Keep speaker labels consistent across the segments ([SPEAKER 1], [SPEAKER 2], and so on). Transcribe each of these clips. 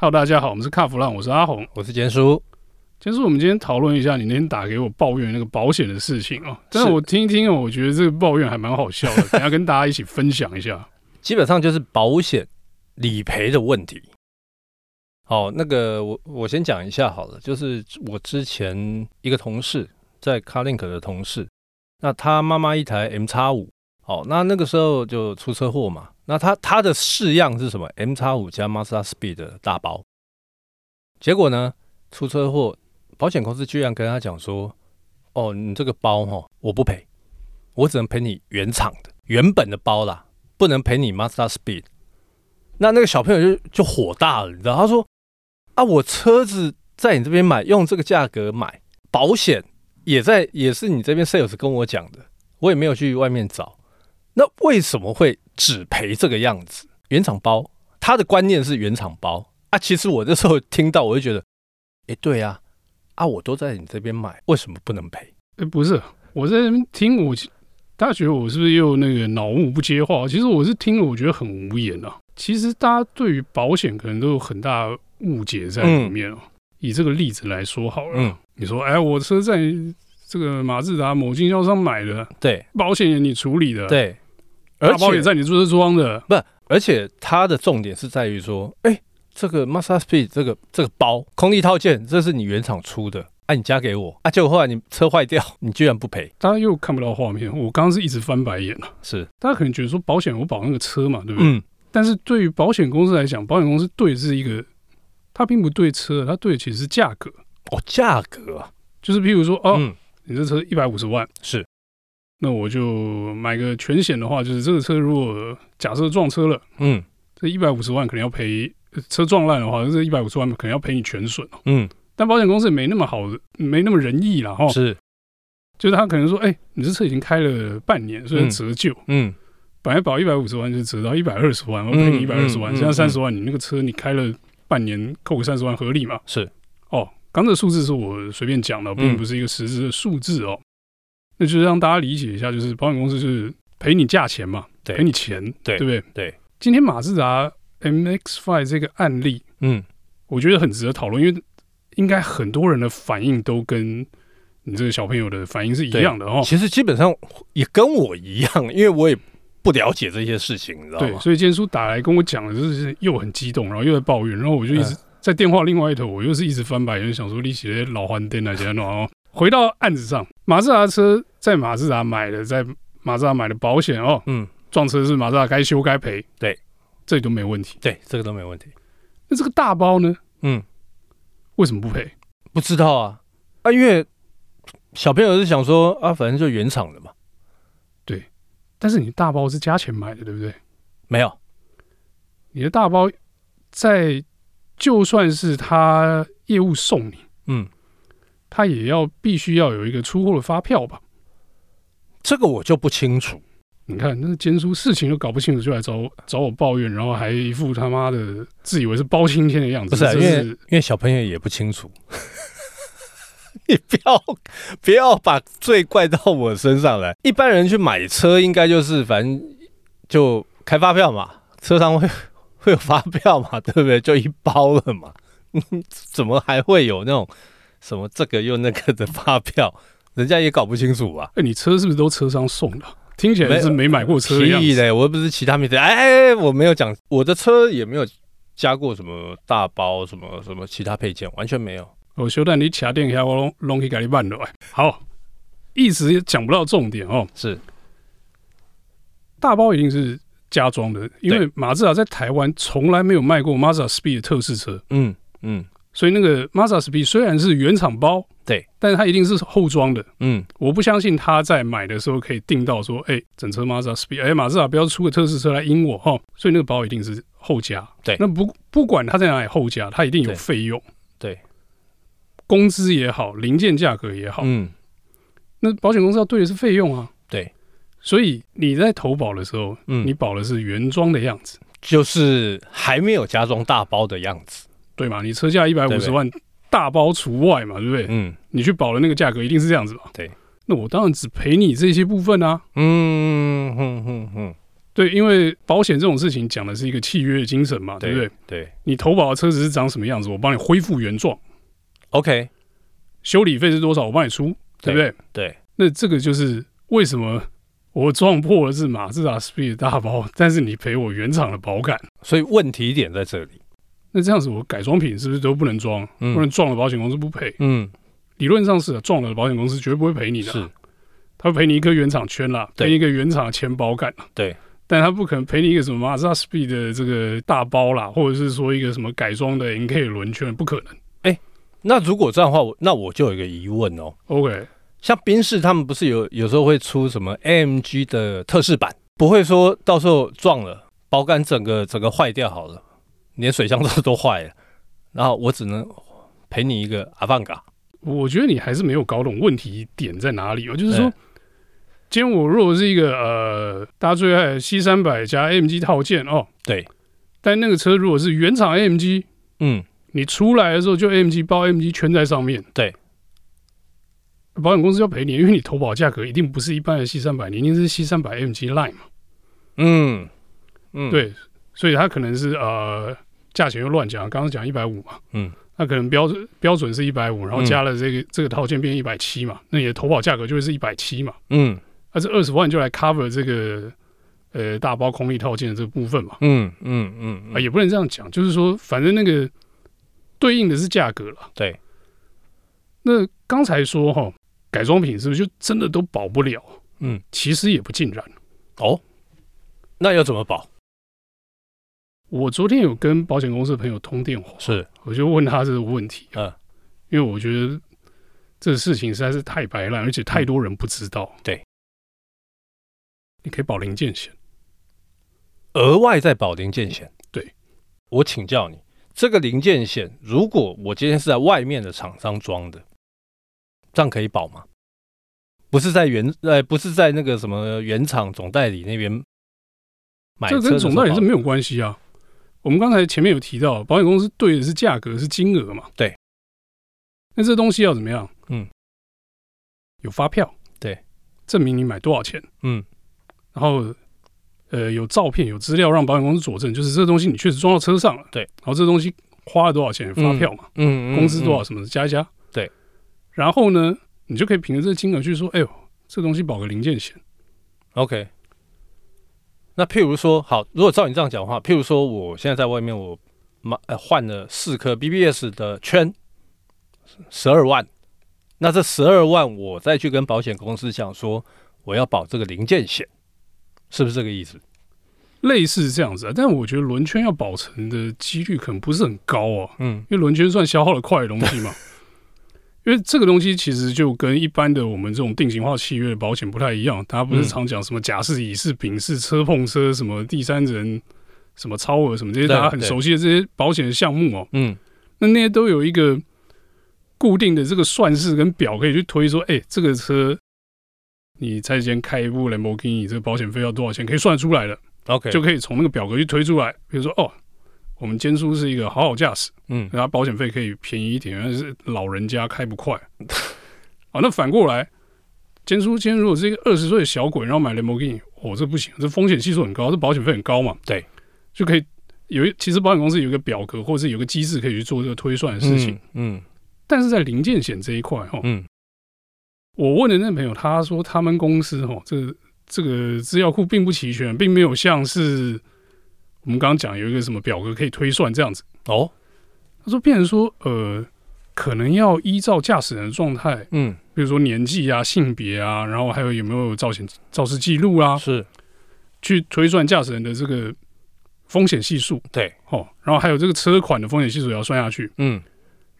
[SPEAKER 1] Hello，大家好，我们是卡弗朗，我是阿红。
[SPEAKER 2] 我是简叔，
[SPEAKER 1] 其实我们今天讨论一下你那天打给我抱怨那个保险的事情哦。但是
[SPEAKER 2] 是
[SPEAKER 1] 我听一听哦，我觉得这个抱怨还蛮好 笑的，等一下跟大家一起分享一下。
[SPEAKER 2] 基本上就是保险理赔的问题。好，那个我我先讲一下好了，就是我之前一个同事在 Carlink 的同事，那他妈妈一台 M 叉五，好，那那个时候就出车祸嘛，那他他的式样是什么？M 叉五加 Mazda Speed 的大包，结果呢出车祸，保险公司居然跟他讲说，哦，你这个包哈、我不赔，我只能赔你原厂的原本的包啦，不能赔你 Mazda Speed。那那个小朋友就就火大了，你知道，他说啊，我车子在你这边买，用这个价格买，保险也在也是你这边 sales 跟我讲的，我也没有去外面找，那为什么会只赔这个样子？原厂包，他的观念是原厂包啊。其实我那时候听到，我就觉得，诶，对啊，啊，我都在你这边买，为什么不能赔？
[SPEAKER 1] 哎，不是，我在那边听我，大家觉得我是不是又那个脑雾不接话？其实我是听了，我觉得很无言啊。其实大家对于保险可能都有很大误解在里面哦。以这个例子来说好了，
[SPEAKER 2] 嗯，
[SPEAKER 1] 你说，哎，我车在这个马自达某经销商买的，
[SPEAKER 2] 对
[SPEAKER 1] 保险也你处理的，，
[SPEAKER 2] 对，
[SPEAKER 1] 大
[SPEAKER 2] 而
[SPEAKER 1] 包也
[SPEAKER 2] 且
[SPEAKER 1] 在你注册装的，
[SPEAKER 2] 而且它的重点是在于说，哎、这个 Mazda Speed 这个这个包空力套件，这是你原厂出的，啊，你加给我，啊，结果后来你车坏掉， 你居然不赔，
[SPEAKER 1] 大家又看不到画面。我刚刚是一直翻白眼了。
[SPEAKER 2] 是，
[SPEAKER 1] 大家可能觉得说保险我保那个车嘛，对不对？
[SPEAKER 2] 嗯，
[SPEAKER 1] 但是对于保险公司来讲，保险公司对的是一个，它并不对车，它对的其实是价格。
[SPEAKER 2] 哦，价格啊，
[SPEAKER 1] 就是譬如说，哦，
[SPEAKER 2] 嗯，
[SPEAKER 1] 你这车一百五十万，
[SPEAKER 2] 是，
[SPEAKER 1] 那我就买个全险的话，就是这个车如果假设撞车了，
[SPEAKER 2] 嗯
[SPEAKER 1] 这一百五十万可能要赔，呃车撞烂的话，这一百五十万可能要赔你全损哦。
[SPEAKER 2] 嗯，
[SPEAKER 1] 但保险公司也没那么好的，没那么仁义啦，哈，
[SPEAKER 2] 是，
[SPEAKER 1] 就是他可能说，哎、你这车已经开了半年，所以
[SPEAKER 2] 嗯
[SPEAKER 1] 折旧，
[SPEAKER 2] 嗯
[SPEAKER 1] 本来保一百五十万就折到一百二十万，我赔你一
[SPEAKER 2] 嗯
[SPEAKER 1] 百二十万，
[SPEAKER 2] 嗯
[SPEAKER 1] 现在
[SPEAKER 2] 嗯
[SPEAKER 1] 三十万，你那个车你开了半年扣个三十万合理吗？
[SPEAKER 2] 是，嗯
[SPEAKER 1] 哦，刚这个数字是我随便讲的，并不是一个实质的数字哦。那就是让大家理解一下，就是保险公司就是赔你价钱嘛，
[SPEAKER 2] 对
[SPEAKER 1] 赔你钱，
[SPEAKER 2] 对
[SPEAKER 1] 不对？
[SPEAKER 2] 对。
[SPEAKER 1] 今天马自达 MX-5 这个案例，
[SPEAKER 2] 嗯，
[SPEAKER 1] 我觉得很值得讨论，因为应该很多人的反应都跟你这个小朋友的反应是一样的哦。
[SPEAKER 2] 其实基本上也跟我一样， 因为我也不了解这些事情，你知道
[SPEAKER 1] 对，
[SPEAKER 2] 吗？
[SPEAKER 1] 所以今天叔打来跟我讲的就是又很激动，然后又在抱怨，然后我就一直、
[SPEAKER 2] 嗯
[SPEAKER 1] 在电话另外一头，我又是一直翻白眼，想说你写的老欢灯啊，写的然后回到案子上，马自达车在马自达买的，在马自达买的保险哦，
[SPEAKER 2] 嗯，
[SPEAKER 1] 撞车是马自达该修该赔，
[SPEAKER 2] 对，
[SPEAKER 1] 这里都没问题。
[SPEAKER 2] 对，这个都没问题，
[SPEAKER 1] 那这个大包呢？
[SPEAKER 2] 嗯，
[SPEAKER 1] 为什么不赔？
[SPEAKER 2] 不知道啊，啊，因为小朋友是想说啊，反正就原厂的嘛，
[SPEAKER 1] 但是你大包是加钱买的，对不对？
[SPEAKER 2] 没有，
[SPEAKER 1] 你的大包在就算是他业务送你，
[SPEAKER 2] 嗯。
[SPEAKER 1] 他也要必须要有一个出货的发票吧？
[SPEAKER 2] 这个我就不清楚。
[SPEAKER 1] 你看，那监叔事情都搞不清楚，就来找我找我抱怨，然后还一副他妈的自以为是包青天的样子。
[SPEAKER 2] 不是啊、
[SPEAKER 1] 这
[SPEAKER 2] 因为因为小朋友也不清楚。 你不要不要把罪怪到我身上来。一般人去买车，应该就是反正就开发票嘛，车上会 会有发票嘛， 对不对？就一包了嘛， 怎么还会有那种什么这个又那个的发票？ 人家也搞不清楚啊。
[SPEAKER 1] 哎、你车是不是都车商送的？听起来是没买过车的样
[SPEAKER 2] 屁
[SPEAKER 1] 子。
[SPEAKER 2] 嘞，我又不是其他名字。哎哎，哎我没有讲，我的车也没有加过什么大包，什么什么其他配件，完全没有。
[SPEAKER 1] 我修哦蛋你卡电一下，我拢拢去给你办了。哎，好，一直也讲不到重点哦。
[SPEAKER 2] 是，
[SPEAKER 1] 大包一定是加装的，因为马自达在台湾从来没有卖过 Mazda Speed 的特试车，
[SPEAKER 2] 嗯嗯
[SPEAKER 1] 所以那个 Mazda Speed 虽然是原厂包，
[SPEAKER 2] 对，
[SPEAKER 1] 但是它一定是后装的。
[SPEAKER 2] 嗯，
[SPEAKER 1] 我不相信他在买的时候可以定到说，哎、整车 Mazda Speed，哎、马自达不要出个特试车来赢我哈，所以那个包一定是后加。
[SPEAKER 2] 对
[SPEAKER 1] 那不不管他在哪里后加，他一定有
[SPEAKER 2] 对
[SPEAKER 1] 费用，
[SPEAKER 2] 对，
[SPEAKER 1] 工资也好，零件价格也好，
[SPEAKER 2] 嗯
[SPEAKER 1] 那保险公司要对的是费用啊。
[SPEAKER 2] 对，
[SPEAKER 1] 所以你在投保的时候，
[SPEAKER 2] 嗯，
[SPEAKER 1] 你保的是原装的样子，
[SPEAKER 2] 就是还没有加装大包的样子。
[SPEAKER 1] 对吗？你车价一百五
[SPEAKER 2] 对
[SPEAKER 1] 十
[SPEAKER 2] 对
[SPEAKER 1] 万，大包除外嘛，对不对？
[SPEAKER 2] 嗯
[SPEAKER 1] 你去保的那个价格一定是这样子吧？
[SPEAKER 2] 对。
[SPEAKER 1] 那我当然只赔你这些部分啊。
[SPEAKER 2] 嗯嗯嗯嗯，
[SPEAKER 1] 对，因为保险这种事情讲的是一个契约精神嘛，对不对？
[SPEAKER 2] 对
[SPEAKER 1] 你投保的车子是长什么样子，我帮你恢复原状，
[SPEAKER 2] ，OK，
[SPEAKER 1] 修理费是多少，我帮你出，对不对？
[SPEAKER 2] 对，
[SPEAKER 1] 那这个就是为什么我撞破的是马自达 Speed 大包， 但是你赔我原厂的保杆，
[SPEAKER 2] 所以问题点在这里。
[SPEAKER 1] 那这样子我改装品是不是都不能装？不能
[SPEAKER 2] 嗯
[SPEAKER 1] 撞了保险公司不赔？
[SPEAKER 2] 嗯，
[SPEAKER 1] 理论上是的，撞了保险公司绝对不会赔你的，啊
[SPEAKER 2] 是
[SPEAKER 1] 他会赔你一颗原厂圈啦，
[SPEAKER 2] 对
[SPEAKER 1] 赔你一个原厂的前保杆啦。
[SPEAKER 2] 对，
[SPEAKER 1] 但他不可能赔你一个什么马自达 Speed 的这个大包啦，或者是说一个什么改装的 NK 轮圈，不可能。
[SPEAKER 2] 那如果这样的话，我那我就有一个疑问哦。
[SPEAKER 1] OK，
[SPEAKER 2] 像宾士他们不是有有时候会出什么 AMG 的特仕版，不会说到时候撞了包杆整个整个坏掉好了，连水箱都 都坏了，然后我只能赔你一个阿凡嘎。
[SPEAKER 1] 我觉得你还是没有搞懂问题点在哪里哦，就是说
[SPEAKER 2] 嗯，
[SPEAKER 1] 今天我如果是一个呃，大家最爱的 C 三百加 AMG 套件哦，
[SPEAKER 2] 对，
[SPEAKER 1] 但那个车如果是原厂 AMG，
[SPEAKER 2] 嗯，
[SPEAKER 1] 你出来的时候就 AMG 包 AMG 圈在上面，
[SPEAKER 2] 对，
[SPEAKER 1] 保险公司要赔你，因为你投保价格一定不是一般的 C 三百，你一定是 C 三百 AMG Line 嘛，
[SPEAKER 2] 嗯，嗯，
[SPEAKER 1] 对，所以它可能是呃价钱又乱讲，刚刚讲一百五嘛，
[SPEAKER 2] 嗯，
[SPEAKER 1] 那可能标准标准是一百五，然后加了这个、这个套件变一百七嘛，那你的投保价格就会是一百七嘛，
[SPEAKER 2] 嗯，
[SPEAKER 1] 那这二十万就来 cover 这个呃大包空力套件的这个部分嘛，
[SPEAKER 2] 嗯，嗯，嗯，
[SPEAKER 1] 啊、也不能这样讲，就是说反正那个对应的是价格了。
[SPEAKER 2] 对，
[SPEAKER 1] 那刚才说哈，改装品是不是就真的都保不了？
[SPEAKER 2] 嗯，
[SPEAKER 1] 其实也不尽然。
[SPEAKER 2] 哦，那要怎么保？
[SPEAKER 1] 我昨天有跟保险公司的朋友通电话，
[SPEAKER 2] 是，
[SPEAKER 1] 我就问他这个问题，啊
[SPEAKER 2] 嗯，
[SPEAKER 1] 因为我觉得这个事情实在是太白烂，而且太多人不知道。
[SPEAKER 2] 对，
[SPEAKER 1] 你可以保零件险，
[SPEAKER 2] 额外再保零件险。
[SPEAKER 1] 对，
[SPEAKER 2] 我请教你，这个零件险，如果我今天是在外面的厂商装的，这样可以保吗？不是在原呃，不是在那个什么原厂总代理那边买
[SPEAKER 1] 这
[SPEAKER 2] 车
[SPEAKER 1] 跟
[SPEAKER 2] 的时候
[SPEAKER 1] 总代理是
[SPEAKER 2] 保
[SPEAKER 1] 没有关系啊。我们刚才前面有提到，保险公司对的是价格，是金额嘛？
[SPEAKER 2] 对。
[SPEAKER 1] 那这东西要怎么样？
[SPEAKER 2] 嗯，
[SPEAKER 1] 有发票，
[SPEAKER 2] 对，
[SPEAKER 1] 证明你买多少钱，
[SPEAKER 2] 嗯
[SPEAKER 1] 然后呃有照片、有资料让保险公司佐证，就是这东西你确实装到车上了。
[SPEAKER 2] 对，
[SPEAKER 1] 然后这东西花了多少钱，发票嘛，
[SPEAKER 2] 嗯，嗯
[SPEAKER 1] 工资多少
[SPEAKER 2] 嗯
[SPEAKER 1] 什么的加一加。
[SPEAKER 2] 对，
[SPEAKER 1] 然后呢，你就可以凭着这个金额去说，哎呦，这东西保个零件险，
[SPEAKER 2] ？OK。那譬如说，好，如果照你这样讲的话，譬如说，我现在在外面我买呃换了四颗 BBS 的圈，十二万。那这十二万，我再去跟保险公司讲说，我要保这个零件险，是不是这个意思？
[SPEAKER 1] 类似这样子啊。但我觉得轮圈要保存的几率可能不是很高哦、
[SPEAKER 2] 嗯
[SPEAKER 1] 因为轮圈算消耗的快的东西 嘛。因为这个东西其实就跟一般的我们这种定型化契约的保险不太一样，大家不是
[SPEAKER 2] 嗯
[SPEAKER 1] 常讲什么甲式、乙式、丙式、车碰车、什么第三人、什么超额什么这些
[SPEAKER 2] 对
[SPEAKER 1] 大家很
[SPEAKER 2] 对
[SPEAKER 1] 熟悉的这些保险的项目哦，
[SPEAKER 2] 嗯
[SPEAKER 1] 那那些都有一个固定的这个算式跟表可以去推说，哎、这个车你在先开一部兰博基尼，这个保险费要多少钱，可以算出来的，
[SPEAKER 2] ，OK，
[SPEAKER 1] 就可以从那个表格去推出来。比如说，哦，我们坚叔是一个好好驾驶。
[SPEAKER 2] 嗯
[SPEAKER 1] 然后保险费可以便宜一点，但是老人家开不快。 啊，那反过来，坚叔今天如果是一个二十岁的小鬼，然后买兰博基尼，哦，这不行，这风险系数很高，这保险费很高嘛。
[SPEAKER 2] 对，
[SPEAKER 1] 就可以有一其实保险公司有一个表格或者是有个机制可以去做这个推算的事情。，
[SPEAKER 2] 嗯
[SPEAKER 1] 但是在零件险这一块，哦，
[SPEAKER 2] 嗯
[SPEAKER 1] 我问的那朋友他说他们公司哦，这这个资料库并不齐全，并没有像是我们刚刚讲有一个什么表格可以推算这样子。
[SPEAKER 2] 哦
[SPEAKER 1] 他说，变成说，呃，可能要依照驾驶人的状态，
[SPEAKER 2] 嗯
[SPEAKER 1] 比如说年纪啊、性别啊，然后还有有没有肇险肇事记录啊，
[SPEAKER 2] 嗯是
[SPEAKER 1] 去推算驾驶人的这个风险系数
[SPEAKER 2] 对
[SPEAKER 1] 哦，然后还有这个车款的风险系数也要算下去，
[SPEAKER 2] 嗯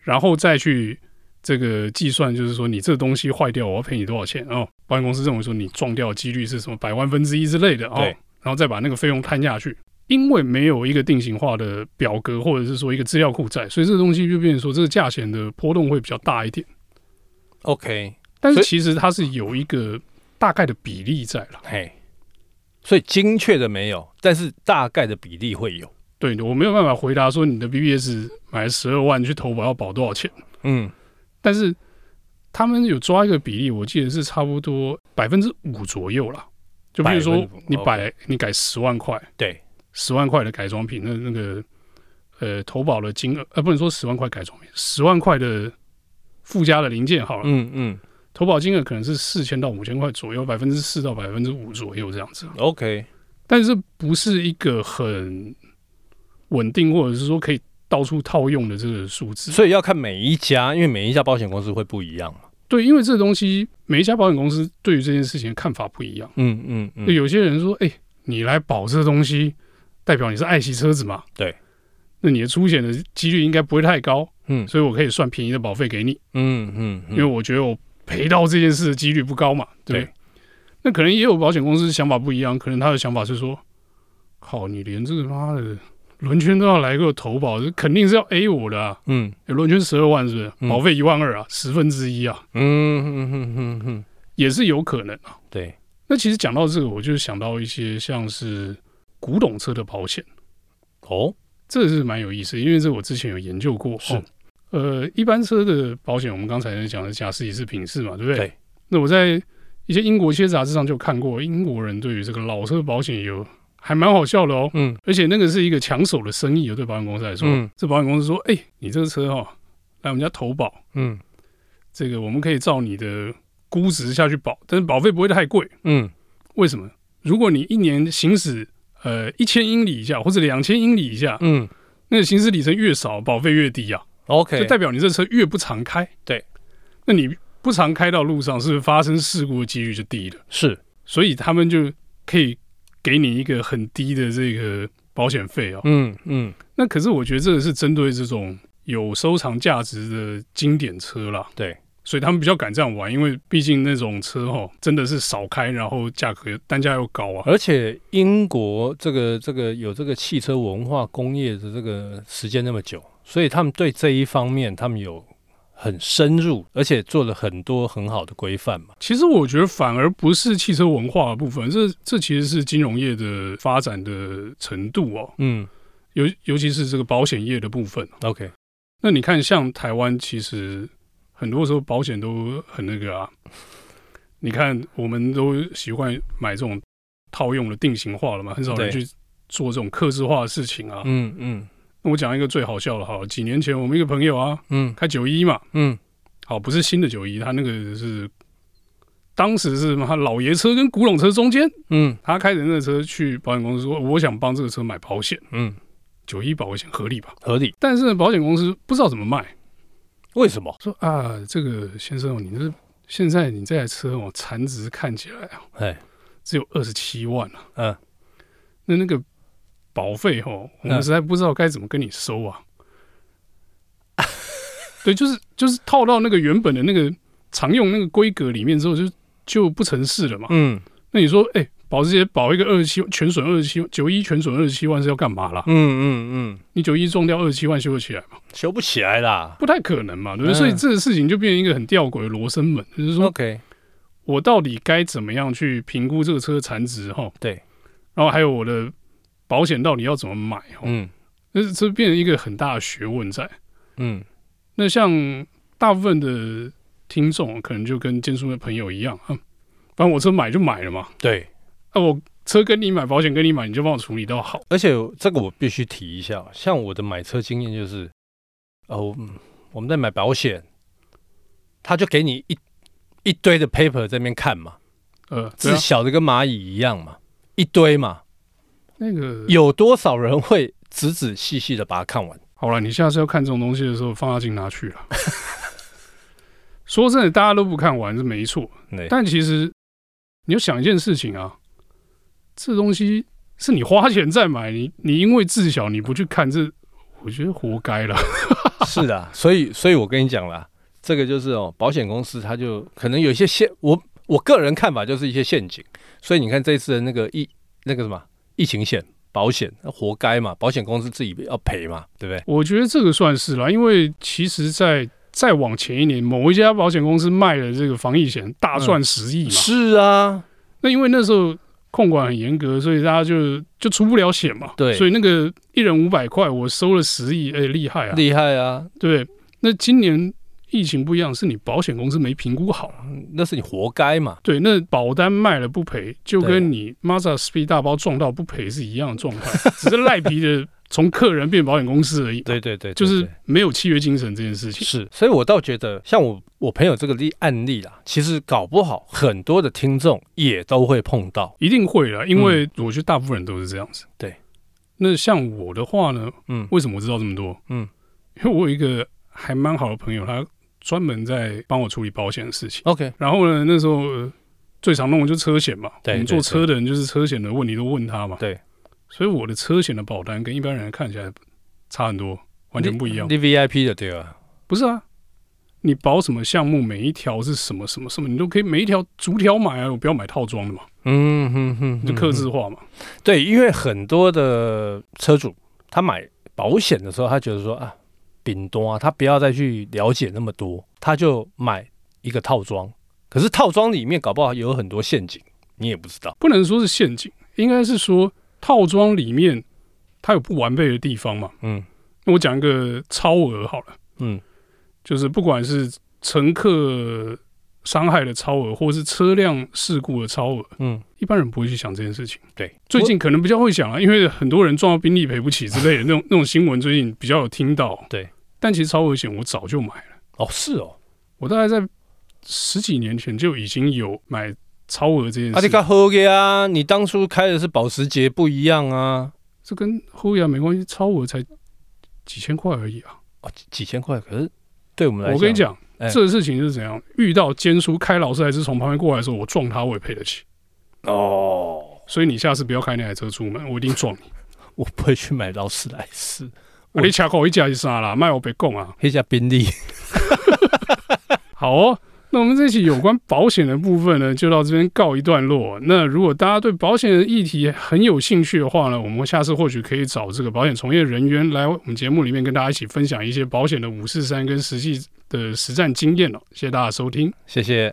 [SPEAKER 1] 然后再去这个计算，就是说你这东西坏掉，我要赔你多少钱哦？保险公司认为说你撞掉的几率是什么百万分之一之类的哦
[SPEAKER 2] 对，
[SPEAKER 1] 然后再把那个费用摊下去。因为没有一个定型化的表格或者是说一个资料库在，所以这个东西就变成说这个价钱的波动会比较大一点。
[SPEAKER 2] OK，
[SPEAKER 1] 但是
[SPEAKER 2] 所以
[SPEAKER 1] 其实它是有一个大概的比例在了。
[SPEAKER 2] 嘿，所以精确的没有，但是大概的比例会有，
[SPEAKER 1] 对我没有办法回答说你的 BBS 买十二万去投保要保多少钱，
[SPEAKER 2] 嗯
[SPEAKER 1] 但是他们有抓一个比例，我记得是差不多百分之五左右啦，就比如
[SPEAKER 2] 百
[SPEAKER 1] 说
[SPEAKER 2] 分之
[SPEAKER 1] 你
[SPEAKER 2] OK
[SPEAKER 1] 百你改十万块，
[SPEAKER 2] 对，
[SPEAKER 1] 十万块的改装品，那那个呃投保的金额，呃不能说十万块改装品，十万块的附加的零件好了，
[SPEAKER 2] 嗯嗯
[SPEAKER 1] 投保金额可能是四千到五千块左右，百分之四到百分之五左右这样子，
[SPEAKER 2] ，OK，
[SPEAKER 1] 但是不是一个很稳定或者是说可以到处套用的这个数字。
[SPEAKER 2] 所以要看每一家，因为每一家保险公司会不一样嘛。
[SPEAKER 1] 对，因为这个东西每一家保险公司对于这件事情的看法不一样。
[SPEAKER 2] 嗯嗯嗯，
[SPEAKER 1] 就有些人说，哎、你来保这个东西，代表你是爱惜车子嘛？
[SPEAKER 2] 对，
[SPEAKER 1] 那你的出险的几率应该不会太高，
[SPEAKER 2] 嗯
[SPEAKER 1] 所以我可以算便宜的保费给你，
[SPEAKER 2] 嗯嗯嗯，
[SPEAKER 1] 因为我觉得我赔到这件事的几率不高嘛，对不对。
[SPEAKER 2] 对
[SPEAKER 1] 那可能也有保险公司想法不一样，可能他的想法是说，靠，你连这个妈的轮圈都要来给我投保，这肯定是要 A 我的、啊，
[SPEAKER 2] 嗯
[SPEAKER 1] 诶轮圈十二万是不是？
[SPEAKER 2] 嗯
[SPEAKER 1] 保费一万二啊，十分之一啊，
[SPEAKER 2] 嗯嗯嗯嗯嗯，
[SPEAKER 1] 也是有可能啊。
[SPEAKER 2] 对，
[SPEAKER 1] 那其实讲到这个，我就想到一些像是古董车的保险，
[SPEAKER 2] 哦，
[SPEAKER 1] 这是蛮有意思，因为这我之前有研究过。
[SPEAKER 2] 是
[SPEAKER 1] 哦呃，一般车的保险，我们刚才讲的甲式、乙式、品式嘛，对不对？
[SPEAKER 2] 对。
[SPEAKER 1] 那我在一些英国一些杂志上就看过，英国人对于这个老车保险有还蛮好笑的哦，
[SPEAKER 2] 嗯
[SPEAKER 1] 而且那个是一个抢手的生意哦，对保险公司来说，
[SPEAKER 2] 嗯
[SPEAKER 1] 这保险公司说：“哎、你这个车哦，来我们家投保，
[SPEAKER 2] 嗯
[SPEAKER 1] 这个我们可以照你的估值下去保，但是保费不会太贵。”
[SPEAKER 2] 嗯
[SPEAKER 1] 为什么？如果你一年行驶呃一千英里以下或者两千英里以下，
[SPEAKER 2] 嗯
[SPEAKER 1] 那行驶里程越少，保费越低啊，就
[SPEAKER 2] ，OK，
[SPEAKER 1] 代表你这车越不常开。
[SPEAKER 2] 对，
[SPEAKER 1] 那你不常开到路上，是不是发生事故的几率就低了？
[SPEAKER 2] 是，
[SPEAKER 1] 所以他们就可以给你一个很低的这个保险费哦。
[SPEAKER 2] 嗯嗯
[SPEAKER 1] 那可是我觉得这个是针对这种有收藏价值的经典车啦。
[SPEAKER 2] 对，
[SPEAKER 1] 所以他们比较敢这样玩，因为毕竟那种车哦，真的是少开，然后价格单价又高啊。
[SPEAKER 2] 而且英国这个这个有这个汽车文化工业的这个时间那么久，所以他们对这一方面他们有很深入，而且做了很多很好的规范嘛。
[SPEAKER 1] 其实我觉得反而不是汽车文化的部分，这这其实是金融业的发展的程度哦，
[SPEAKER 2] 嗯
[SPEAKER 1] 尤尤其是这个保险业的部分。
[SPEAKER 2] ，OK，
[SPEAKER 1] 那你看，像台湾其实很多时候保险都很那个啊，你看我们都习惯买这种套用的定型化了嘛，很少人
[SPEAKER 2] 对
[SPEAKER 1] 去做这种克制化的事情啊。
[SPEAKER 2] 嗯嗯
[SPEAKER 1] 那我讲一个最好笑的，好了，几年前我们一个朋友啊，
[SPEAKER 2] 嗯
[SPEAKER 1] 开九一嘛，
[SPEAKER 2] 嗯，
[SPEAKER 1] 好，不是新的九一，他那个是当时是他老爷车跟古董车中间，
[SPEAKER 2] 嗯
[SPEAKER 1] 他开着那个车去保险公司说，我想帮这个车买保险，
[SPEAKER 2] 嗯，
[SPEAKER 1] 九一保险合理吧？
[SPEAKER 2] 合理。
[SPEAKER 1] 但是呢保险公司不知道怎么卖，
[SPEAKER 2] 为什么？
[SPEAKER 1] 说啊，这个先生哦，你这现在你这台车哦，残值看起来啊，
[SPEAKER 2] 哎，
[SPEAKER 1] 只有二十七万啊，
[SPEAKER 2] 嗯，
[SPEAKER 1] 那那个保费哦，我们
[SPEAKER 2] 嗯
[SPEAKER 1] 实在不知道该怎么跟你收啊。对，就是就是套到那个原本的那个常用那个规格里面之后就，就不成事了嘛。
[SPEAKER 2] 嗯
[SPEAKER 1] 那你说，哎、保时捷保一个二十七全损二十七九一全损二十七万是要干嘛啦
[SPEAKER 2] 嗯？嗯嗯，
[SPEAKER 1] 你九一撞掉二十七万修得起来吗？
[SPEAKER 2] 修不起来啦。
[SPEAKER 1] 不太可能嘛，对不对？
[SPEAKER 2] 嗯
[SPEAKER 1] 所以这个事情就变成一个很吊诡的罗生门，就是说
[SPEAKER 2] OK，
[SPEAKER 1] 我到底该怎么样去评估这个车的残值哈？
[SPEAKER 2] 对，
[SPEAKER 1] 然后还有我的保险到底要怎么买哈？
[SPEAKER 2] 嗯
[SPEAKER 1] 那、这变成一个很大的学问在。
[SPEAKER 2] 嗯
[SPEAKER 1] 那像大部分的听众可能就跟建叔的朋友一样啊，反正我车买就买了嘛，
[SPEAKER 2] 对，
[SPEAKER 1] 啊我车跟你买，保险跟你买，你就帮我处理到好。
[SPEAKER 2] 而且这个我必须提一下，像我的买车经验就是，哦，嗯我们在买保险，他就给你一一堆的 paper 在那边看嘛，
[SPEAKER 1] 呃，对
[SPEAKER 2] 字
[SPEAKER 1] 啊，
[SPEAKER 2] 小的跟蚂蚁一样嘛，一堆嘛，
[SPEAKER 1] 那个
[SPEAKER 2] 有多少人会仔仔细细的把它看完？
[SPEAKER 1] 好了，你下次要看这种东西的时候，放大镜拿去了。说真的，大家都不看完是没错，
[SPEAKER 2] 对，
[SPEAKER 1] 但其实你要想一件事情啊，这东西是你花钱在买，你你因为自小你不去看，这我觉得活该了。
[SPEAKER 2] 是的啊，所以所以我跟你讲啦，这个就是哦，保险公司它就可能有一些陷，我我个人看法就是一些陷阱，所以你看这一次的那个疫那个什么疫情险保险，那活该嘛，保险公司自己要赔嘛，对不对？
[SPEAKER 1] 我觉得这个算是啦，因为其实在，在往前一年，某一家保险公司卖了这个防疫险，大赚十亿嘛。
[SPEAKER 2] 是啊，
[SPEAKER 1] 那因为那时候控管很严格，所以大家就就出不了险嘛。
[SPEAKER 2] 对
[SPEAKER 1] 所以那个一人五百块，我收了十亿，哎、厉害啊！
[SPEAKER 2] 厉害啊，
[SPEAKER 1] 对，那今年疫情不一样，是你保险公司没评估好。啊
[SPEAKER 2] 嗯那是你活该嘛。
[SPEAKER 1] 对，那保单卖了不赔，就
[SPEAKER 2] 对
[SPEAKER 1] 跟你 Mazda Speed 大包撞到不赔是一样的状态， 只是赖皮的从客人变保险公司而已。
[SPEAKER 2] 对对对，对
[SPEAKER 1] 就是
[SPEAKER 2] 对
[SPEAKER 1] 没有契约精神这件事情。
[SPEAKER 2] 是，所以我倒觉得，像我我朋友这个例案例啦，其实搞不好很多的听众也都会碰到。
[SPEAKER 1] 一定会的，因为我觉得大部分人都是这样子。
[SPEAKER 2] 嗯对，
[SPEAKER 1] 那像我的话呢，
[SPEAKER 2] 嗯
[SPEAKER 1] 为什么我知道这么多？
[SPEAKER 2] 嗯，
[SPEAKER 1] 因为我有一个还蛮好的朋友，他专门在帮我处理保险的事情。
[SPEAKER 2] ，OK，
[SPEAKER 1] 然后呢，那时候、呃最常弄的就是车险嘛，
[SPEAKER 2] 对
[SPEAKER 1] 我们
[SPEAKER 2] 对
[SPEAKER 1] 做车的人就是车险的问题都问他嘛。
[SPEAKER 2] 对，
[SPEAKER 1] 所以我的车险的保单跟一般人看起来差很多，完全不一样。
[SPEAKER 2] 你 VIP 的对吧？
[SPEAKER 1] 不是啊，你保什么项目，每一条是什么什么什么，你都可以每一条逐条买啊，我不要买套装的嘛，
[SPEAKER 2] 嗯哼哼，
[SPEAKER 1] 就
[SPEAKER 2] 哼
[SPEAKER 1] 克制化嘛。
[SPEAKER 2] 对，因为很多的车主他买保险的时候，他觉得说啊，丙多啊，他不要再去了解那么多，他就买一个套装。可是套装里面搞不好有很多陷阱，你也不知道。
[SPEAKER 1] 不能说是陷阱，应该是说套装里面它有不完备的地方嘛。
[SPEAKER 2] 嗯
[SPEAKER 1] 那我讲一个超额好了，
[SPEAKER 2] 嗯
[SPEAKER 1] 就是不管是乘客伤害的超额，或是车辆事故的超额，
[SPEAKER 2] 嗯，
[SPEAKER 1] 一般人不会去想这件事情。
[SPEAKER 2] 对，
[SPEAKER 1] 最近可能比较会想啊，因为很多人撞到宾利赔不起之 类的那种那种新闻，最近比较有听到。
[SPEAKER 2] 对，
[SPEAKER 1] 但其实超额险我早就买了，
[SPEAKER 2] 我哦是哦，
[SPEAKER 1] 我大概在十几年前就已经有买超额这件
[SPEAKER 2] 啊
[SPEAKER 1] 事
[SPEAKER 2] 你。看喝给啊，你当初开的是保时捷不一样啊，
[SPEAKER 1] 这跟后牙没关系，超额才几千块而已啊！
[SPEAKER 2] 哦几几千块，可是对我们来
[SPEAKER 1] 我跟你讲，
[SPEAKER 2] 哎
[SPEAKER 1] 这个事情是怎样？遇到奸叔开劳斯莱斯从旁边过来的时候，我撞他我也赔得起，
[SPEAKER 2] 哦，
[SPEAKER 1] 所以你下次不要开那台车出门，我一定撞你。
[SPEAKER 2] 我不会去买劳斯莱斯，我
[SPEAKER 1] 我你卡口一家一杀啦，卖我别供啊！
[SPEAKER 2] 黑加宾利，
[SPEAKER 1] 好哦，那我们这一期有关保险的部分呢，就到这边告一段落。那如果大家对保险的议题很有兴趣的话呢，我们下次或许可以找这个保险从业人员来我们节目里面跟大家一起分享一些保险的五四三跟实际的实战经验哦。谢谢大家收听。
[SPEAKER 2] 谢谢。